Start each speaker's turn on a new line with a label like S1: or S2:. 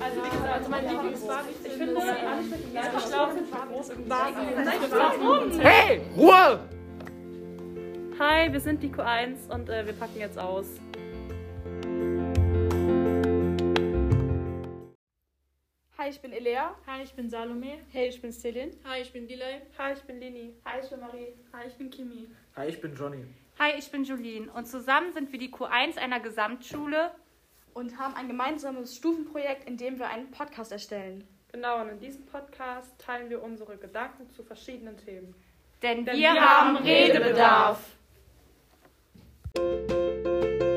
S1: Also mein Lieblingsbarbie, ich finde, ich glaube, groß im
S2: Hey, Ruhe!
S1: Hi, wir sind die Q1 und äh, wir packen jetzt aus.
S3: Hi, ich bin Elea.
S1: Hi, ich bin Salome.
S3: Hey, ich bin Celine.
S4: Hi, ich bin Dilay.
S1: Hi, ich bin Lini.
S3: Hi, ich bin Marie.
S4: Hi, ich bin Kimi.
S2: Hi, ich bin Johnny.
S5: Hi, ich bin Julien und zusammen sind wir die Q1 einer Gesamtschule.
S3: Und haben ein gemeinsames Stufenprojekt, in dem wir einen Podcast erstellen.
S1: Genau, und in diesem Podcast teilen wir unsere Gedanken zu verschiedenen Themen.
S5: Denn,
S1: Denn
S5: wir,
S1: wir
S5: haben
S1: haben
S5: Redebedarf.
S3: Redebedarf.